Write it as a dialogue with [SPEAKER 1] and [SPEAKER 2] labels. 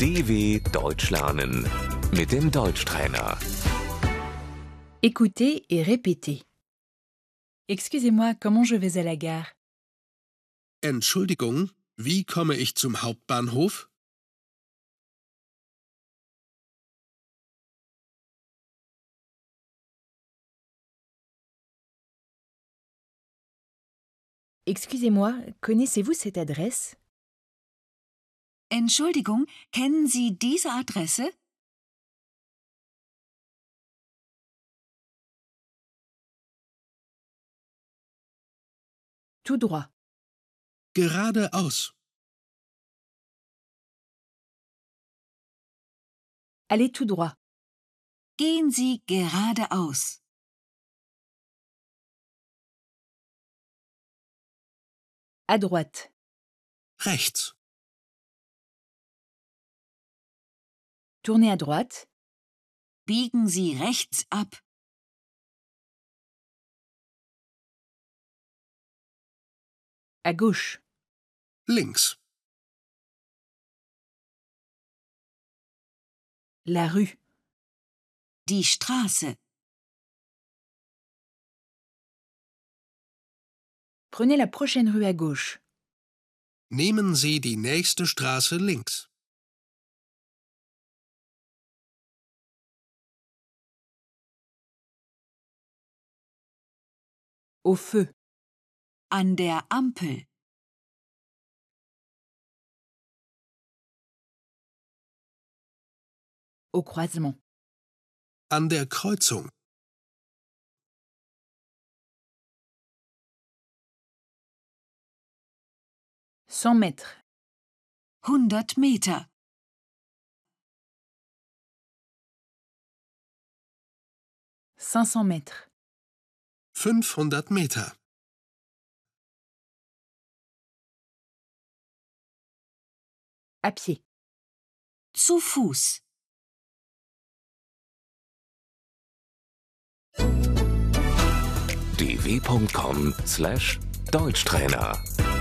[SPEAKER 1] DW Deutsch lernen mit dem Deutschtrainer.
[SPEAKER 2] Écoutez et répétez. Excusez-moi, comment je vais à la gare
[SPEAKER 3] Entschuldigung, wie komme ich zum Hauptbahnhof?
[SPEAKER 2] Excusez-moi, connaissez-vous cette adresse
[SPEAKER 4] Entschuldigung, kennen Sie diese Adresse?
[SPEAKER 2] Tout droit.
[SPEAKER 3] Geradeaus.
[SPEAKER 2] Allez tout droit.
[SPEAKER 4] Gehen Sie geradeaus.
[SPEAKER 2] À droite.
[SPEAKER 3] Rechts.
[SPEAKER 2] Tournez à droite.
[SPEAKER 4] Biegen Sie rechts ab.
[SPEAKER 2] À gauche.
[SPEAKER 3] Links.
[SPEAKER 2] La rue.
[SPEAKER 4] Die Straße.
[SPEAKER 2] Prenez la prochaine rue à gauche.
[SPEAKER 3] Nehmen Sie die nächste Straße links.
[SPEAKER 2] Au feu.
[SPEAKER 4] An der Ampel.
[SPEAKER 2] Au croisement.
[SPEAKER 3] An der Kreuzung.
[SPEAKER 2] Cent mètres.
[SPEAKER 4] 100 Meter.
[SPEAKER 2] Cinq cents mètres.
[SPEAKER 3] 500 Meter.
[SPEAKER 2] À pied.
[SPEAKER 4] Zu Fuß.
[SPEAKER 1] dw.com/deutschtrainer